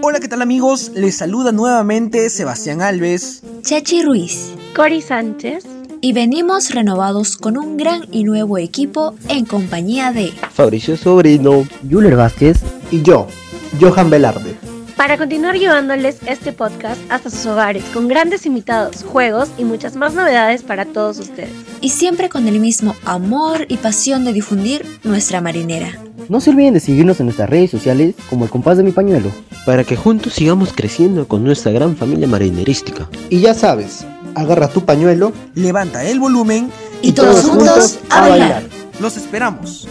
Hola, ¿qué tal amigos? Les saluda nuevamente Sebastián Alves. Chechi Ruiz. Cori Sánchez. Y venimos renovados con un gran y nuevo equipo en compañía de Fabricio Sobrino, Juler Vázquez y yo, Johan Velarde. Para continuar llevándoles este podcast hasta sus hogares con grandes invitados, juegos y muchas más novedades para todos ustedes. Y siempre con el mismo amor y pasión de difundir nuestra marinera. No se olviden de seguirnos en nuestras redes sociales como el compás de mi pañuelo. Para que juntos sigamos creciendo con nuestra gran familia marinerística. Y ya sabes, agarra tu pañuelo, levanta el volumen y, y todos, todos, juntos, a bailar. bailar. Los esperamos.